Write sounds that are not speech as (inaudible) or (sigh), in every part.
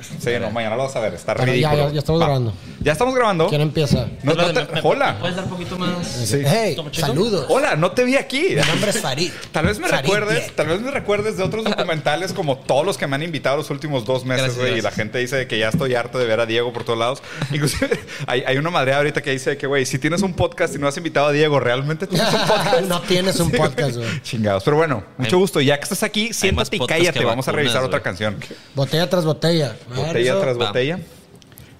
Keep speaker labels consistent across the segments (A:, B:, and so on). A: Sí, no, mañana lo vas a ver. Está
B: Pero ya,
A: ridículo.
B: ya- ya estamos
A: Va.
B: grabando.
A: Ya estamos grabando.
B: ¿Quién empieza?
A: No, no
C: Espérate,
A: te-
C: me- me-
A: hola.
C: me ¿Puedes dar un poquito más?
A: Sí.
D: Hey,
C: ¿Tomo chico?
D: saludos.
A: Hola, no te vi aquí.
D: Mi nombre es Farid.
A: (laughs) Tal vez me
D: Farid
A: recuerdes,
D: Diek.
A: tal vez me recuerdes de otros documentales como todos los que me han invitado los últimos dos meses,
C: Gracias,
A: güey. Y la
C: gracias.
A: gente dice que ya estoy harto de ver a Diego por todos
C: (laughs)
A: lados. Inclusive hay, hay una madre ahorita que dice que, güey, si tienes un podcast y no has invitado a Diego, ¿realmente
B: (laughs)
A: tienes un podcast?
B: No tienes un
A: Sí,
B: podcast, güey.
A: Chingados. Pero bueno, mucho
C: Hay-
A: gusto. Ya que estás aquí, siéntate y
C: podcasts
A: cállate.
C: que
A: Vamos a
C: vacunas,
A: revisar otra
C: güey.
A: canción.
B: Botella tras botella.
A: Botella tras
C: Va.
A: botella.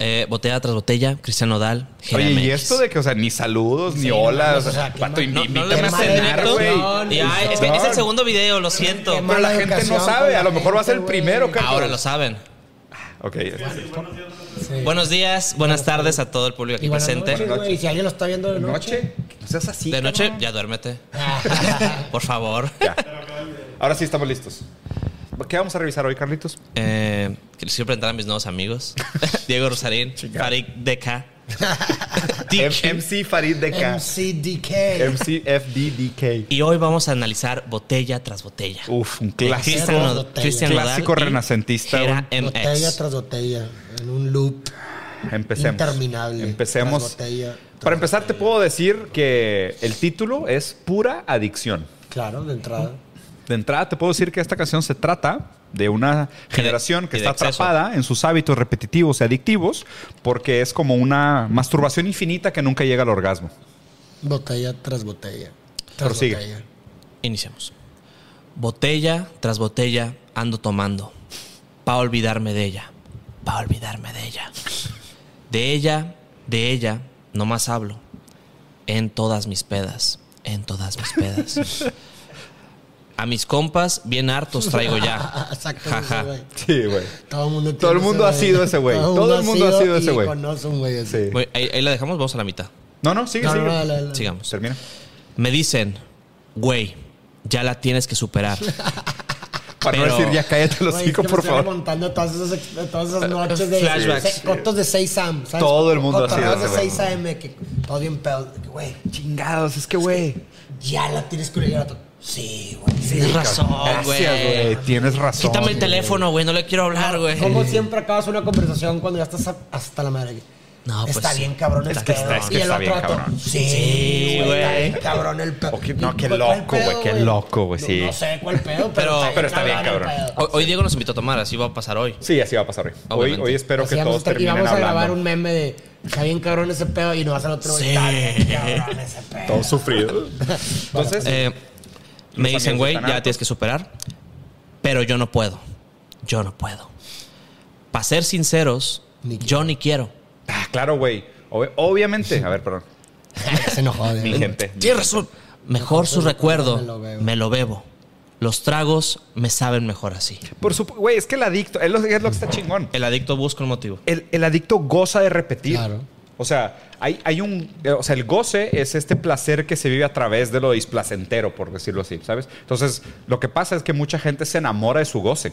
C: Eh, botella tras botella, Cristiano Dal.
A: Oye, y esto de que, o sea, ni saludos, ni
B: Sí, no
A: hola.
B: mames,
A: o
B: o
A: sea,
B: sea, qué
A: vato,
B: mal-
C: No, no
A: invítame
C: le
A: a
C: vas a
A: cenar,
C: directo.
A: güey.
B: güey.
C: Y, ay, es, que es el segundo video, lo siento.
B: Qué
A: Pero la
B: Mala
A: gente no
B: educación
A: sabe.
B: con
A: A lo
B: la
A: mejor va a ser el
B: gente,
A: primero,
B: güey.
A: Carlos.
C: Ahora lo saben.
A: Ok.
C: Buenos días, buenas tardes a todo el público aquí
B: y buenas
C: presente.
B: noches, güey. Si alguien lo está viendo de noche.
A: Noche. No seas así.
C: de noche,
A: cabrón.
C: ya duérmete.
B: (laughs)
C: Por favor.
A: Ya. Ahora sí estamos listos. ¿Qué vamos a revisar hoy, Carlitos?
C: (laughs) Eh, quiero presentar a mis nuevos amigos. (laughs) Diego Rosarín, Farid
A: (laughs)
C: Deca. Dick.
A: M- MC Farid DK.
B: MCDK.
A: MC FDDK.
C: Y hoy vamos a analizar botella tras botella.
A: Uf, un
C: De
A: Uh, clásico.
C: Cristian Nodal-
B: Botella.
C: Cristian Nodal
A: Clásico
C: y
A: renacentista,
C: Gera MX.
B: Botella tras botella. En un loop
A: Empecemos.
B: interminable. Tras
A: Empecemos.
B: botella.
A: Para empezar, te puedo decir que el título es Pura Adicción.
B: Claro, de entrada.
A: De entrada, te puedo decir que esta canción se trata de una generación que
C: y de
A: está
C: exceso.
A: atrapada en sus hábitos repetitivos y adictivos porque es como una masturbación infinita que nunca llega al orgasmo.
B: Botella tras botella. Tras
A: Prosigue.
B: botella. (laughs)
C: Iniciamos. Botella tras botella ando tomando. Pa' olvidarme de ella. Pa' olvidarme de ella. De ella, de ella, no más hablo. En todas mis pedas. En todas mis pedas. A mis compas bien hartos traigo ya.
B: Exacto,
C: Jaja.
B: güey.
A: Sí, güey.
B: Todo el mundo,
A: Todo el
B: tiene
A: mundo ha sido ese güey. Todo el mundo ha sido ese
B: y
A: güey.
B: conoce un güey así.
A: Sí.
C: Bueno, ahí, ahí la dejamos, vamos a la mitad.
A: No, no, sigue,
B: No,
A: sigue.
B: no, no, la- la-
C: Sigamos.
A: Termina.
C: Me dicen, güey, ya la tienes que superar.
A: Para no
C: Pero-
A: decir ya cállate los
B: Güey, es
A: cinco,
B: que me
A: por
B: estoy
A: favor. Eh,
B: remontando a todas esas, ex- a todas esas noches de
C: Flashbacks.
B: se- cortos de 6 AM. ¿sabes?
A: Todo el mundo ha sido
B: Cotorreos
A: ese,
B: de
A: güey.
B: 6 AM que todo bien pedo. de que, Güey,
A: Chingados, es que, güey.
B: ya la tienes que llegar a tu- Sí, güey.
C: Tienes razón,
A: Gracias, güey.
C: güey.
A: Tienes razón.
C: Quítame el
A: güey.
C: teléfono, güey, no le quiero hablar, güey.
B: Como siempre acabas una conversación cuando ya estás a- hasta la madre.
C: No, pues
B: está
C: sí.
B: bien cabrón el
A: Es que
B: pedo.
A: está- es que
B: y el
A: está
B: otro
A: bien
B: vato,
A: cabrón.
B: Sí, güey. está
C: güey.
B: bien cabrón el pedo.
A: O que- no,
B: ¿Y
A: qué
B: cuál- cuál
A: loco, güey,
B: pedo,
A: qué loco, güey,
B: No-
A: sí.
B: No, sé cuál pedo, pero,
C: Pero-
A: pero está bien
B: el
A: cabrón.
B: pedo.
C: Hoy, hoy Diego nos invitó a tomar, así va a pasar hoy.
A: Sí, así va a pasar hoy. Hoy,
C: Obviamente.
A: hoy espero
B: Así
A: que
B: vamos a
A: todos
B: estar- y
A: terminen
B: vamos a grabar
A: hablando.
B: un meme de está bien cabrón ese pedo y no vas al otro
C: Sí.
B: sí.
A: (laughs)
B: cabrón ese pedo. (laughs)
A: Todos sufridos. Entonces,
C: Eh, me
A: Los
C: dicen,
A: amigos
C: güey,
A: están
C: ya
A: hartos.
C: tienes que superar. Pero yo no puedo. Yo no puedo. Para ser sinceros,
B: Ni
C: yo ni quiero.
A: ah, claro, güey. Ob- obviamente. A ver, perdón.
B: Se enojó. de-
A: Mi gente.
C: Tienes razón. Mejor su
B: Mejor
C: recuerdo
B: me lo bebo.
C: me lo bebo. Los tragos me saben mejor así.
A: Por supuesto, güey, es que el adicto, es lo, es lo que está chingón.
C: El adicto busca un motivo.
A: El, el adicto goza de repetir.
B: Claro.
A: O sea, hay, hay un. eh, O sea, el goce es este placer que se vive a través de lo displacentero, por decirlo así, ¿sabes? Entonces, lo que pasa es que mucha gente se enamora de su goce.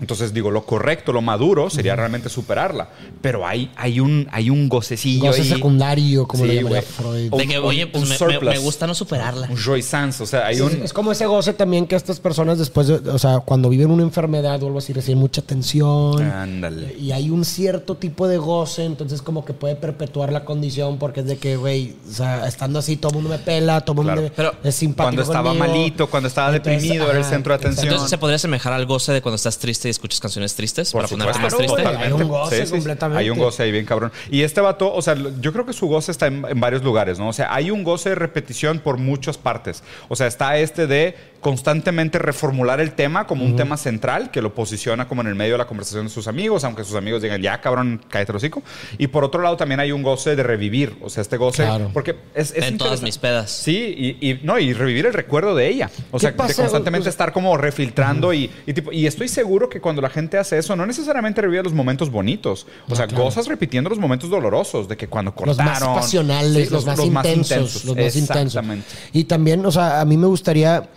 A: Entonces, digo, lo correcto, lo maduro sería realmente superarla. Pero hay, hay, un, hay un gocecillo.
B: Goce
A: ahí.
B: secundario, como
A: Sí,
B: le llamaría
A: güey.
B: Freud.
A: O-
C: De que,
A: un-
C: oye,
A: un
C: pues me- me,
A: surplus.
C: me gusta no superarla.
A: Un Roy Sanz. O sea, hay un.
B: Es como ese goce también que estas personas después, de- o sea, cuando viven una enfermedad o algo así, reciben mucha tensión.
A: Ándale.
B: Y hay un cierto tipo de goce, entonces como que puede perpetuar la condición porque es de que, güey, o sea, estando así todo el mundo me pela, todo el mundo
A: Claro.
B: me-
C: Pero
B: es simpático
A: Cuando estaba
B: conmigo.
A: malito, cuando estaba
B: Entonces,
A: deprimido, era el
B: ajá,
A: centro de
B: exacto.
A: atención.
C: Entonces se podría asemejar al goce de cuando estás triste y escuchas canciones tristes
A: Por
C: para
A: supuesto,
C: ponerte más
A: claro,
C: triste.
A: totalmente.
B: Hay un goce completamente.
A: Hay un goce ahí bien cabrón. Y este vato, o sea, yo creo que su goce está en, en varios lugares, ¿no? O sea, hay un goce de repetición por muchas partes. O sea, está este de constantemente reformular el tema como un tema central que lo posiciona como en el medio de la conversación de sus amigos, aunque sus amigos digan, ya, cabrón, cállate el hocico. Y por otro lado también hay un goce de revivir, o sea, este goce,
B: Claro.
A: porque es, es
C: En todas
A: interesante.
C: mis pedas.
A: Sí, y, y- no, y revivir el recuerdo de ella. O
B: ¿Qué Pues-
A: sea, de
B: pasa?
A: constantemente
B: O- o sea-
A: estar como refiltrando y, y tipo, y estoy seguro que cuando la gente hace eso, no necesariamente revive los momentos bonitos. O sea, gozas repitiendo los momentos dolorosos, de que cuando
B: Los
A: cortaron.
B: más pasionales,
A: Sí,
B: los, más intensos, los más intensos.
A: Exactamente.
B: Y también, o sea, a mí me gustaría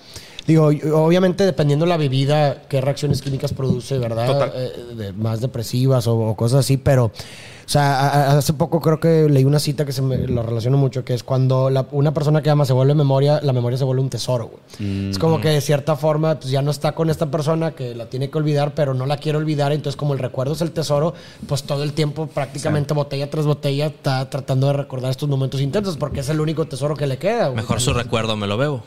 B: Digo, y- obviamente dependiendo la bebida, qué reacciones químicas produce, ¿verdad?
A: Total.
B: Eh, de- más depresivas o, o cosas así, pero, o sea, a- a- hace poco creo que leí una cita que se me, lo relaciono mucho, que es cuando la- una persona que ama se vuelve memoria, la memoria se vuelve un tesoro, güey.
C: Mm.
B: Es como que de cierta forma, pues ya no está con esta persona que la tiene que olvidar, pero no la quiere olvidar, entonces como el recuerdo es el tesoro, pues todo el tiempo prácticamente botella tras botella está tratando de recordar estos momentos intensos porque es el único tesoro que le queda, güey.
C: Mejor su recuerdo me lo bebo.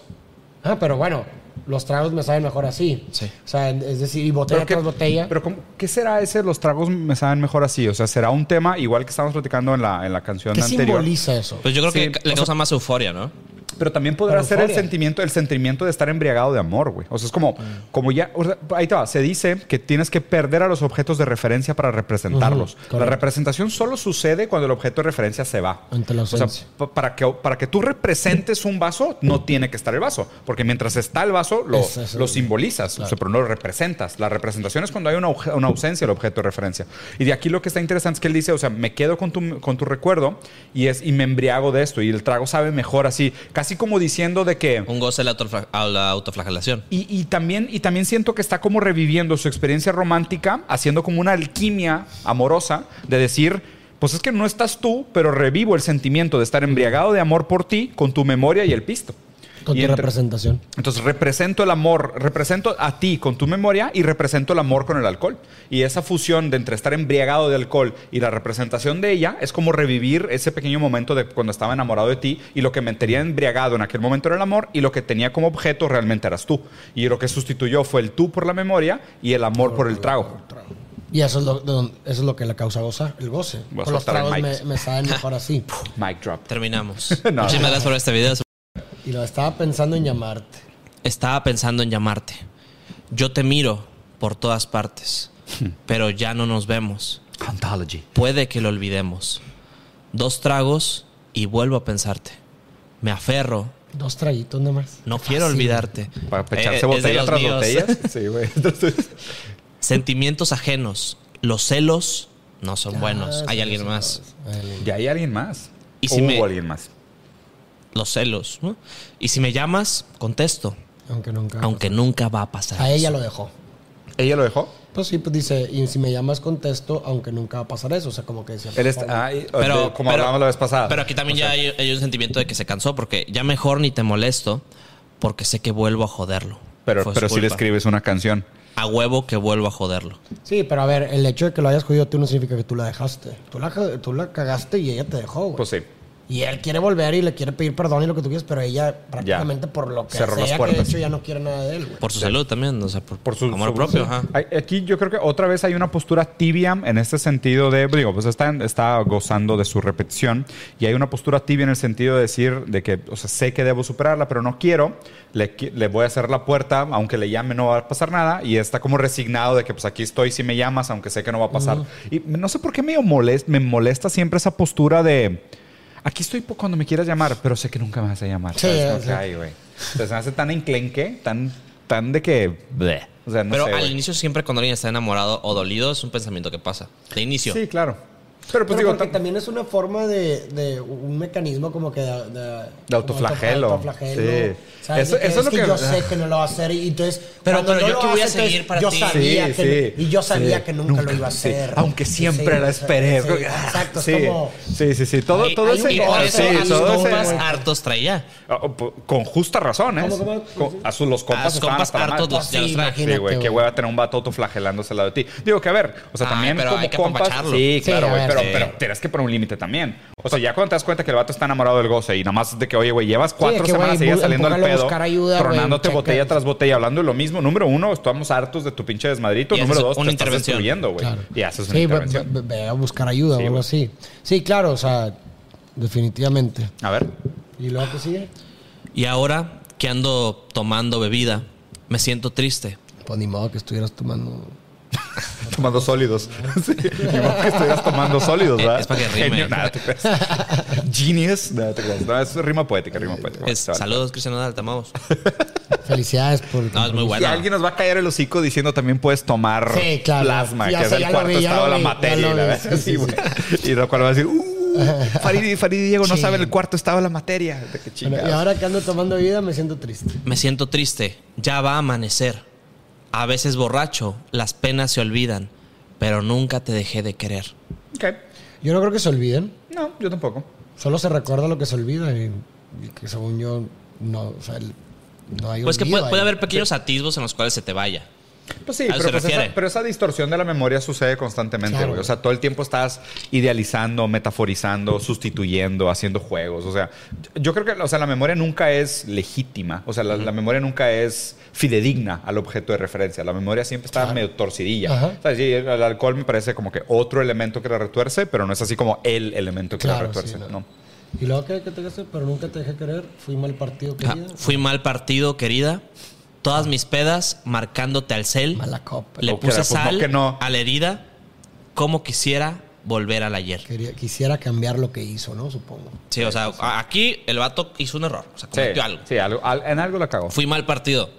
B: Ah, pero bueno, los tragos me saben mejor así.
C: Sí.
B: O sea, en- es decir, y botella
A: qué-
B: tras botella.
A: pero ¿cómo- ¿qué será ese? Los tragos me saben mejor así. O sea, será un tema igual que estábamos platicando en la, en la canción
B: ¿Qué
A: anterior.
B: simboliza eso?
C: Pues yo creo
A: Sí,
C: que ca- le causa más euforia, ¿no?
A: Pero también podrá
B: Pero
A: ser el
B: euforia.
A: sentimiento, el sentimiento de estar embriagado de amor, güey. O sea, es como, como ya, o sea, ahí te va, se dice que tienes que perder a los objetos de referencia para representarlos.
B: Ujú,
A: la
B: correcto.
A: representación solo sucede cuando el objeto de referencia se va.
B: Ante la
A: O sea,
B: ausencia.
A: pa- para, que, para que tú representes un vaso, no tiene que estar el vaso. Porque mientras está el vaso, lo,
B: Es- es-
A: lo simbolizas, o sea, pero no lo representas. La representación es cuando hay una, auge- una ausencia del objeto de referencia. Y de aquí lo que está interesante es que él dice, o sea, me quedo con tu, con tu recuerdo y, es, y me embriago de esto. Y el trago sabe mejor así, casi como diciendo de que...
C: Un goce a la, autofla- a la autoflagelación.
A: Y, y también, y también siento que está como reviviendo su experiencia romántica, haciendo como una alquimia amorosa de decir, pues es que no estás tú, pero revivo el sentimiento de estar embriagado de amor por ti con tu memoria y el pisto.
B: Con
A: Y
B: tu
A: entre-
B: representación.
A: entonces represento el amor, represento a ti con tu memoria y represento el amor con el alcohol. Y esa fusión de entre estar embriagado de alcohol y la representación de ella es como revivir ese pequeño momento de cuando estaba enamorado de ti y lo que me tenía embriagado en aquel momento era el amor y lo que tenía como objeto realmente eras tú. Y lo que sustituyó fue el tú por la memoria y el amor por el trago.
B: Y eso es lo, de donde- eso es lo que la causa goza, el goce.
A: Voy a
B: Con los
A: soltar el
B: tragos me,
A: mic.
B: me saben
A: (laughs)
B: mejor así.
A: Mic drop.
C: Terminamos.
A: (laughs) No.
C: Muchísimas gracias por este video.
B: Y lo estaba pensando en llamarte.
C: Estaba pensando en llamarte. Yo te miro por
A: (laughs)
C: todas partes, pero ya no nos vemos.
A: Ontology.
C: Puede que lo olvidemos. Dos tragos y vuelvo a pensarte. Me aferro.
B: Dos traguitos nomás.
C: No quiero
B: Fácil.
C: olvidarte.
A: Ah, Para
C: Eh, es
A: pecharse
C: de
A: botella
C: los
A: tras
C: míos.
A: botella. Sí, güey. Entonces,
C: (laughs) Sentimientos ajenos. Los celos no son buenos.
B: Ah,
C: Hay
B: sí,
C: alguien
B: sí,
C: más.
B: no, el-
A: ya hay alguien más.
C: Y
A: O
C: si
A: hubo
C: me-
A: alguien más.
C: Los celos. ¿no? Y si me llamas, contesto.
B: Aunque
A: Ah,
B: nunca.
C: Aunque
A: pues,
C: nunca va a pasar.
B: A ella
C: eso.
B: lo dejó.
A: ¿Ella lo dejó?
B: Pues sí, pues dice, y si me llamas contesto, aunque nunca va a pasar eso. O sea, como que decía.
A: Él está, ah, y-
C: Pero,
A: como
C: pero-
A: hablábamos la vez pasada.
C: Pero aquí también ya hay, hay un sentimiento de que se cansó porque ya mejor ni te molesto porque sé que vuelvo a joderlo.
A: Pero,
C: Fue su
A: pero si le
C: culpa.
A: escribes una canción.
C: A huevo que vuelvo a joderlo.
B: Sí, pero a ver, el hecho de que lo hayas jodido tú no significa que tú la dejaste. Tú la, ja- tú la cagaste y ella te dejó, güey.
A: Pues sí.
B: Y él quiere volver y le quiere pedir perdón y lo que tú quieras, pero ella prácticamente por lo que
A: Cerró las
B: sea que ha
A: puertas.
B: hecho ya no quiere nada de él, güey.
C: Por su salud también, o sea, por,
A: Por su
C: amor
A: su-
C: propio.
A: sí.
C: ajá.
A: Ay, Aquí yo creo que otra vez hay una postura tibia en este sentido de, digo, pues está, está gozando de su repetición y hay una postura tibia en el sentido de decir de que, o sea, sé que debo superarla, pero no quiero, le, qui- le voy a hacer la puerta, aunque le llame no va a pasar nada y está como resignado de que, pues aquí estoy si me llamas, aunque sé que no va a pasar. Y no sé por qué medio molest- me molesta siempre esa postura de, aquí estoy po- cuando me quieras llamar, pero sé que nunca me vas a llamar.
B: Sí,
A: ¿sabes? Como
B: sí.
A: que, "Ay, güey". O sea, se me hace tan enclenque, tan, tan de que... bleh. O sea, no
C: pero
A: sé,
C: al
A: güey.
C: inicio siempre cuando alguien está enamorado o dolido es un pensamiento que pasa. De inicio.
A: Sí, claro. Pero pues
B: Pero
A: digo,
B: porque
A: tam-
B: también es una forma de, de un mecanismo como que de, de-
A: De autoflagelo.
B: como autoflagelo.
A: Sí.
B: ¿Sabes?
A: Eso-
B: De que
A: eso es lo
B: que,
A: que-
B: yo sé que no lo va a hacer y entonces
C: Pero-
B: cuando
C: pero
B: no
C: yo
B: lo
C: que voy a
B: hace, entonces,
C: seguir para
B: yo
C: ti.
B: sabía
A: Sí,
B: que
A: sí,
B: y yo sabía
A: sí.
B: que nunca, lo iba a
A: sí.
B: hacer
A: Aunque siempre
B: Sí,
A: la
B: o sea,
A: esperé. ah,
B: sí, exacto es
A: sí.
B: como
A: sí, sí, sí. Todo,
C: Hay-
A: todo
B: hay
A: ese.
B: un
C: y por
B: corte,
A: sí,
C: eso a sus
A: todo
B: ese-
C: compas
A: ese-
C: hartos traía.
A: Ah, oh, po- Con justa razón, ¿eh?
B: ¿Cómo, cómo?
A: Con- a sus los compas
C: A sus
A: estaban
C: compas
A: hasta la
C: hartos
A: madre.
C: los- ya
B: Sí,
C: los traen.
B: imagínate,
A: Sí, güey, qué
B: güey.
A: hueva tener un vato autoflagelándose al lado de ti. Digo que a ver, o sea,
C: Ay,
A: también
C: Ah, pero
A: como
C: hay que
A: compas.
C: apapacharlo.
A: Sí,
B: Sí,
A: claro,
B: a
A: güey,
B: ver,
A: pero,
B: sí.
A: pero tienes que poner un límite también. O sea, ya cuando te das cuenta que el vato está enamorado del goce y nada más de que, oye, güey, llevas cuatro
B: que, güey,
A: semanas seguidas
B: bu-
A: saliendo al
B: empújalo a
A: pedo,
B: buscar ayuda, güey,
A: tronándote
B: checa.
A: botella tras botella, hablando de lo mismo. Número uno, estamos hartos de tu pinche desmadrito.
C: Y haces
A: Número dos,
C: una
A: te estás
C: intervención.
A: destruyendo, güey.
B: Claro.
A: Y haces una
B: sí, ve-
A: intervención.
B: ve, ve a buscar ayuda
A: Sí,
B: o algo
A: güey.
B: así sí claro o sea definitivamente
A: A ver.
B: y luego que sigue
C: Y ahora que ando tomando bebida, me siento triste.
B: pues ni modo que estuvieras tomando
A: (laughs) Tomando sólidos. Sí, ni modo que estuvieras tomando sólidos,
C: Eh,
A: ¿verdad?
C: es para que rime.
A: Genio. Nada, te
B: (laughs)
A: creas. Genius. Nada, te creas. No, es rima poética, rima poética.
C: Es-
A: Vale.
C: saludos, Cristian Nadal, te amamos.
B: felicidades por el
C: No, es muy
B: compromiso.
A: Y
C: bueno.
A: alguien nos va a caer el hocico diciendo también puedes tomar
B: Sí, claro.
A: plasma,
B: Ya
A: que
B: sé,
A: es
B: ya
A: el
B: lo
A: cuarto
B: vi, ya
A: estado
B: lo
A: de la
B: vi, ya
A: materia.
B: lo
A: y la
B: vi.
A: verdad,
B: Sí,
A: sí,
B: sí,
A: güey. Y lo cual va a decir, "Uh,
B: (laughs)
A: Farid y, Farid y Diego no saben el cuarto estado de la materia. De qué
B: Bueno, y
A: chingados.
B: ahora que ando tomando vida me siento triste.
C: Me siento triste, ya va a amanecer. A veces borracho, las penas se olvidan, pero nunca te dejé de querer.
A: Ok.
B: Yo no creo que se olviden.
A: No, yo tampoco.
B: Solo se recuerda lo que se olvida y, y que según yo no, o sea, el- no hay
C: Pues que
B: olvido
C: puede, puede
B: ahí.
C: haber pequeños atisbos en los cuales se te vaya.
A: Pues sí,
C: ¿A eso
A: pero,
C: se
A: pues
C: refiere?
A: esa, pero esa distorsión de la memoria sucede constantemente,
B: Claro.
A: güey. O sea, todo el tiempo estás idealizando, metaforizando, sustituyendo, haciendo juegos. O sea, yo creo que o sea, la memoria nunca es legítima. O sea, la, la memoria nunca es fidedigna al objeto de referencia. La memoria siempre está medio torcidilla.
B: Ajá.
A: O sea, sí, el el alcohol me parece como que otro elemento que la retuerce, pero no es así como el elemento que la
B: Claro,
A: retuerce.
B: sí, no.
A: no.
B: Y luego que te dejaste, pero nunca te dejé querer, fui mal partido
C: Ja,
B: querido.
C: Fui mal partido, querida. Todas mis pedas marcándote al cel.
B: Mala copa.
C: Le
A: Ok,
C: puse
A: pues no
C: sal
A: que no.
C: a la herida. Como quisiera volver al ayer.
B: Quería- quisiera cambiar lo que hizo, ¿no? Supongo.
C: Sí, o sea, a- aquí el vato hizo un error. O sea,
A: Sí,
C: cometió algo.
A: sí, algo- al- en algo la cago.
C: Fui mal partido.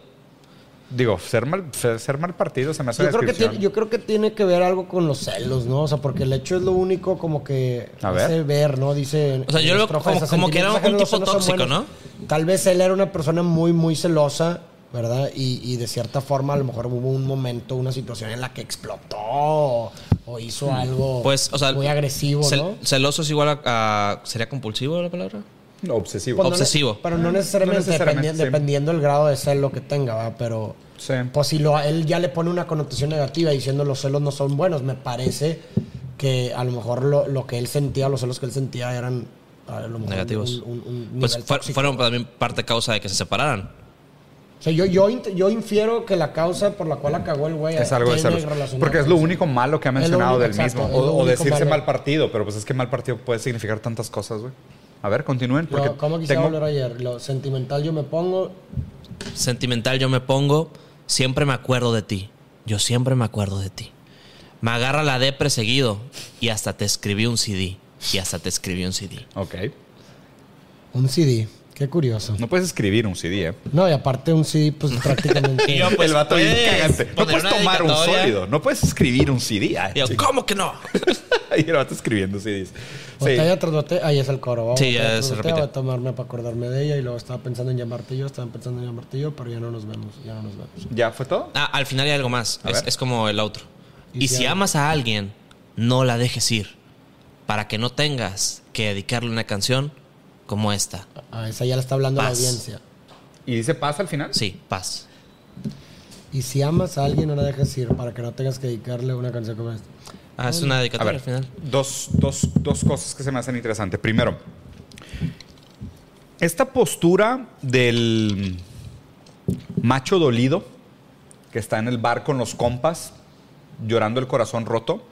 A: Digo, ser mal, ser ser mal partido se me hace
B: Yo
A: una
B: creo, que
A: descripción.
B: tiene, yo creo que tiene que ver algo con los celos, ¿no? O sea, porque el hecho es lo único como que
A: A
B: hace ver, ¿no? Dice.
C: O sea, yo
B: en
C: lo-
B: estrofa,
C: como-
B: esas
C: como que era
B: sentimientos
C: un
B: ajenos
C: tipo
B: no son
C: tóxico,
B: buenos. Tal vez él era una persona muy, muy celosa, ¿verdad? Y, y de cierta forma, a lo mejor hubo un momento, una situación en la que explotó o, o hizo algo
C: Pues, o sea,
B: Oh, muy agresivo,
C: cel-
B: ¿no?
C: Celoso es igual a, a- ¿Sería compulsivo la palabra?
A: No, obsesivo.
B: Pues no ne-
C: obsesivo.
B: pero no necesariamente,
A: No necesariamente,
B: dependi-
A: sí.
B: dependiendo del grado de celo que tenga, ¿va? Pero.
A: Sí.
B: Pues si lo, él ya le pone una connotación negativa diciendo los celos no son buenos, me parece que a lo mejor lo, lo que él sentía, los celos que él sentía eran a lo mejor
C: Negativos.
B: un- un- un
C: Pues
B: nivel
C: fue-
B: tóxico.
C: fueron también parte causa de que se separaran.
B: O sea, yo, yo, int- yo infiero que la causa por la cual la cagó el güey
A: Es algo de
B: tiene
A: celos.
B: relación
A: Porque es
B: con
A: lo
B: eso.
A: único malo que ha
B: Es lo
A: mencionado
B: único,
A: del
B: exacto,
A: mismo.
B: es lo
A: O, o
B: único
A: decirse
B: malo.
A: mal partido, pero pues es que mal partido puede significar tantas cosas, güey. A ver, continúen.
B: Lo-
A: Porque
B: ¿Cómo quisiera
A: tengo-
B: hablar ayer? Lo sentimental yo me pongo.
C: Sentimental yo me pongo, siempre me acuerdo de ti. Yo siempre me acuerdo de ti. Me agarra la D perseguido y hasta te escribí un CD. Y hasta te escribí un CD.
A: Ok.
B: Un CD. Qué curioso.
A: No puedes escribir un CD, ¿eh?
B: No, y aparte un CD, pues prácticamente.
C: (laughs) yo, pues,
A: el vato bien
C: puedes
A: cagante. No
C: poner
A: puedes
C: una
A: tomar un
C: dedicatoria.
A: sólido. No puedes escribir un CD. Ay,
C: Digo,
A: chico.
C: ¿cómo que no?
A: (laughs) y el vato escribiendo CDs. Sí.
B: Botella tras botella, ahí es el coro. ¿va?
C: Sí,
B: Botella
C: ya
B: tras
C: se
B: botella,
C: repite.
B: Voy a tomarme para acordarme de ella y luego estaba pensando en llamarte yo, estaba pensando en llamarte yo, pero ya no nos vemos, ya no nos vemos.
A: ¿Ya fue todo?
C: Ah, al final hay algo más.
A: A
C: Es,
A: ver.
C: es como el otro.
B: Y
C: Y,
B: si
C: si
B: hay-
C: amas a alguien, no la dejes ir. Para que no tengas que dedicarle una canción como esta.
B: Ah, esa ya la está hablando la
C: Paz.
B: audiencia.
A: ¿Y dice paz al final?
C: Sí, paz.
B: Y si amas a alguien, no la dejes ir para que no tengas que dedicarle una canción como esta.
C: Ah, es una
A: A
C: dedicatoria
A: ver,
C: al final.
A: Dos, dos, dos cosas que se me hacen interesantes. Primero, esta postura del macho dolido que está en el bar con los compas, llorando el corazón roto.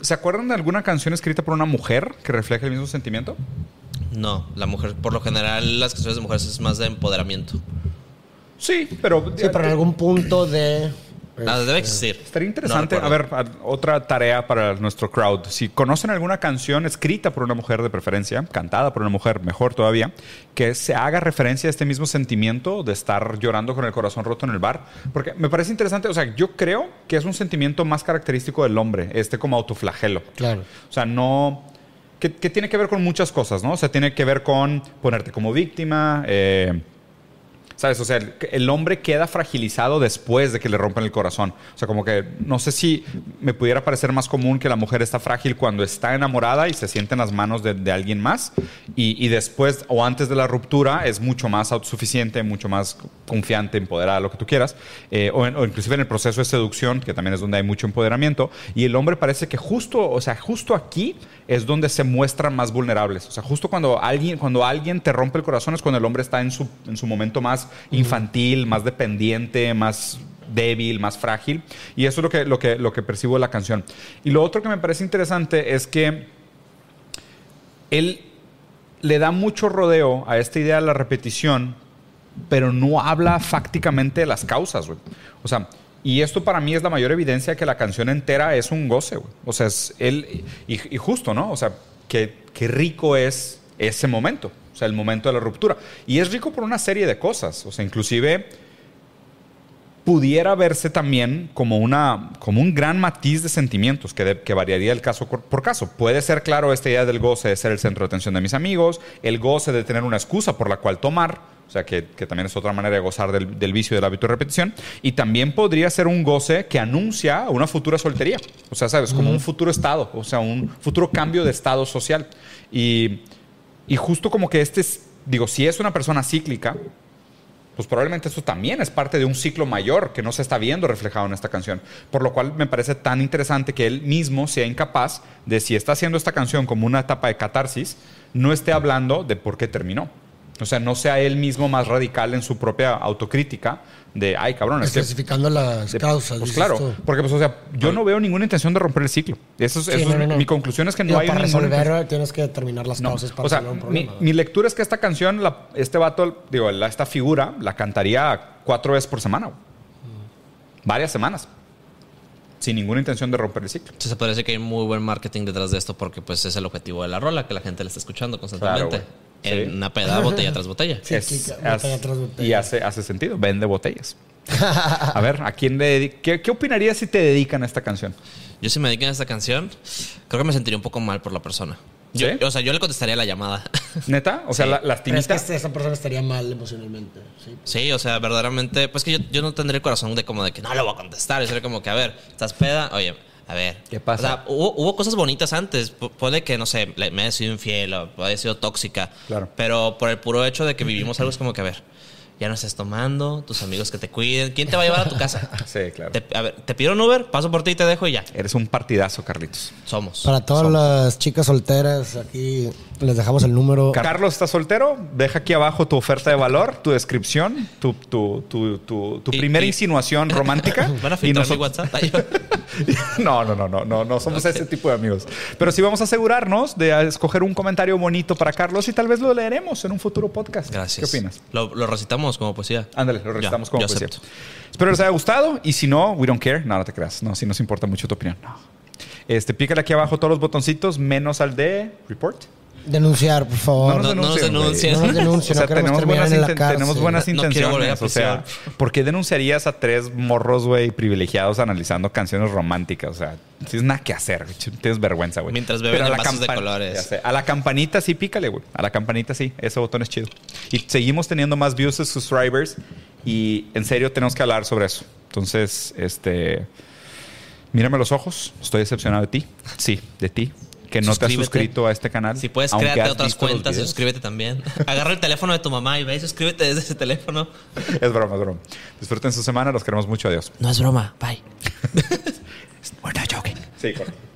A: ¿Se acuerdan de alguna canción escrita por una mujer que refleja el mismo sentimiento?
C: No, la mujer, por lo general, las canciones de mujeres es más de empoderamiento.
A: Sí, pero, eh,
B: Sí, pero en algún punto de.
C: Ah, debe
B: este,
C: existir.
A: Estaría interesante,
C: No
A: a
C: recuerdo.
A: ver, a- otra tarea para nuestro crowd. Si conocen alguna canción escrita por una mujer de preferencia, cantada por una mujer, mejor todavía, que se haga referencia a este mismo sentimiento de estar llorando con el corazón roto en el bar, porque me parece interesante, o sea, yo creo que es un sentimiento más característico del hombre, este como autoflagelo.
B: Claro.
A: O sea, no. Que, que tiene que ver con muchas cosas, ¿no? O sea, tiene que ver con ponerte como víctima. eh, ¿Sabes? O sea, el, el hombre queda fragilizado después de que le rompen el corazón. O sea, como que no sé si me pudiera parecer más común que la mujer está frágil cuando está enamorada y se siente en las manos de, de alguien más. Y, y después o antes de la ruptura es mucho más autosuficiente, mucho más confiante, empoderada, lo que tú quieras. Eh, o, en- o inclusive en el proceso de seducción, que también es donde hay mucho empoderamiento. Y el hombre parece que justo, o sea, justo aquí es donde se muestran más vulnerables. O sea, justo cuando alguien, cuando alguien te rompe el corazón es cuando el hombre está en su, en su momento más infantil, más dependiente, más débil, más frágil. Y eso es lo que, lo que, lo que percibo de la canción. Y lo otro que me parece interesante es que él le da mucho rodeo a esta idea de la repetición, pero no habla fácticamente de las causas, güey. O sea, y esto para mí es la mayor evidencia que la canción entera es un goce, güey. O sea, es él, y, y justo, ¿no? O sea, qué, qué rico es ese momento, o sea, el momento de la ruptura. Y es rico por una serie de cosas, o sea, inclusive pudiera verse también como, una, como un gran matiz de sentimientos que, de- que variaría el caso cor- por caso. Puede ser, claro, esta idea del goce de ser el centro de atención de mis amigos, el goce de tener una excusa por la cual tomar, o sea, que, que también es otra manera de gozar del, del vicio y del hábito de repetición, y también podría ser un goce que anuncia una futura soltería, o sea, sabes, como un futuro estado, o sea, un futuro cambio de estado social. Y, y justo como que este es, digo, si es una persona cíclica, pues probablemente eso también es parte de un ciclo mayor que no se está viendo reflejado en esta canción. Por lo cual me parece tan interesante que él mismo sea incapaz de, si está haciendo esta canción como una etapa de catarsis, no esté hablando de por qué terminó. O sea, no sea él mismo más radical en su propia autocrítica de, ay, cabrón, es que...
B: Especificando las
A: de-
B: causas.
A: pues
B: dices
A: claro,
B: tú. Ah.
A: porque pues, o sea, yo no veo ninguna intención de romper el ciclo. Eso es,
B: Sí,
A: eso es
B: no, no,
A: mi-
B: no.
A: mi conclusión es que no
B: Digo,
A: hay
B: para
A: ninguna intención-
B: resolver tienes que determinar las
A: no,
B: causas para
A: o sea,
B: resolver un
A: mi,
B: problema.
A: mi lectura es que esta canción, la- este vato, digo, la- esta figura, la cantaría cuatro veces por semana. güey.
B: Mm.
A: Varias semanas. Sin ninguna intención de romper el ciclo.
C: Entonces, se podría decir que hay muy buen marketing detrás de esto porque pues es el objetivo de la rola, que la gente la está escuchando constantemente.
A: Claro, güey.
C: en
A: Sí.
C: una
A: (laughs)
C: peda, botella tras botella.
B: Sí, clica, botella tras botella.
A: Y hace, hace sentido, vende
B: (laughs)
A: botellas. A ver, ¿a quién le dedi- qué, ¿Qué opinarías si te dedican a esta canción?
C: Yo si me dedican a esta canción, creo que me sentiría un poco mal por la persona. Yo-
A: ¿Sí?
C: O sea, yo le contestaría la llamada.
A: ¿Neta? O sea, la,
B: Pero es
A: lastimita.
B: que este- esa persona estaría mal emocionalmente. Sí.
C: sí, o sea, verdaderamente, pues que yo, yo no tendría el corazón de como de que no lo voy a contestar. Yo sería como que, a ver, estás peda, oye, a ver.
A: ¿Qué pasa?
C: O sea, hubo, hubo cosas bonitas antes. Pu- Puede que, no sé, le- me haya sido infiel o haya sido tóxica.
A: Claro.
C: Pero por el puro hecho de que vivimos algo es como que, a ver, ya no estás tomando, tus amigos que te cuiden. ¿Quién te va a llevar a tu casa?
A: (laughs) Sí, claro.
C: Te, a ver, te pido un Uber, paso por ti, te dejo y ya.
A: Eres un partidazo, Carlitos.
C: Somos.
B: Para todas las chicas solteras, aquí les dejamos el número.
A: Carlos, ¿estás soltero? Deja aquí abajo tu oferta de valor, tu descripción, tu, tu, tu, tu, tu
C: Y-
A: primera
C: y-
A: insinuación romántica.
C: (laughs) ¿Van a
A: Y
C: filtrar mi
A: nosotros-
C: WhatsApp?
A: (laughs) No, no, no, no, no, no somos ese tipo de amigos. Pero sí vamos a asegurarnos de escoger un comentario bonito para Carlos y tal vez lo leeremos en un futuro podcast.
C: Gracias.
A: ¿Qué opinas?
C: Lo, lo recitamos como poesía.
A: Ándale, lo recitamos
C: Ya,
A: como
C: yo
A: poesía.
C: acepto.
A: Espero les haya gustado y si no, we don't care. No, no te creas. No, si nos importa mucho tu opinión. No. Este, pícale aquí abajo todos los botoncitos menos al de report.
B: Denunciar, por favor.
C: No, no nos denuncien.
B: No nos denuncien, no queremos terminar en la
A: inten-
B: cárcel.
A: tenemos buenas
C: No quiero volver a
A: intenciones. o sea,
C: prisión.
A: ¿por qué denunciarías a tres morros, güey, privilegiados analizando canciones románticas? O sea, no tienes nada que hacer, güey. Tienes vergüenza, güey.
C: Mientras beben
A: Pero a
C: en
A: la
C: vasos de
A: campan-
C: colores.
A: Ya sé. A la campanita sí pícale, güey. A la campanita sí. Ese botón es chido. Y seguimos teniendo más views y subscribers. Y en serio tenemos que hablar sobre eso. Entonces, este... Mírame los ojos. Estoy decepcionado de ti. Sí, de ti. Que no te has
C: Suscríbete.
A: suscrito a este canal.
C: Si puedes,
A: aunque
C: créate
A: has
C: otras
A: visto los
C: cuentas y
A: videos.
C: suscríbete también. (laughs) Agarra el teléfono de tu mamá y ve y suscríbete desde ese teléfono.
A: Es broma, es broma. Disfruten su semana, los queremos mucho. Adiós.
C: No es broma. Bye.
A: Sí, correcto.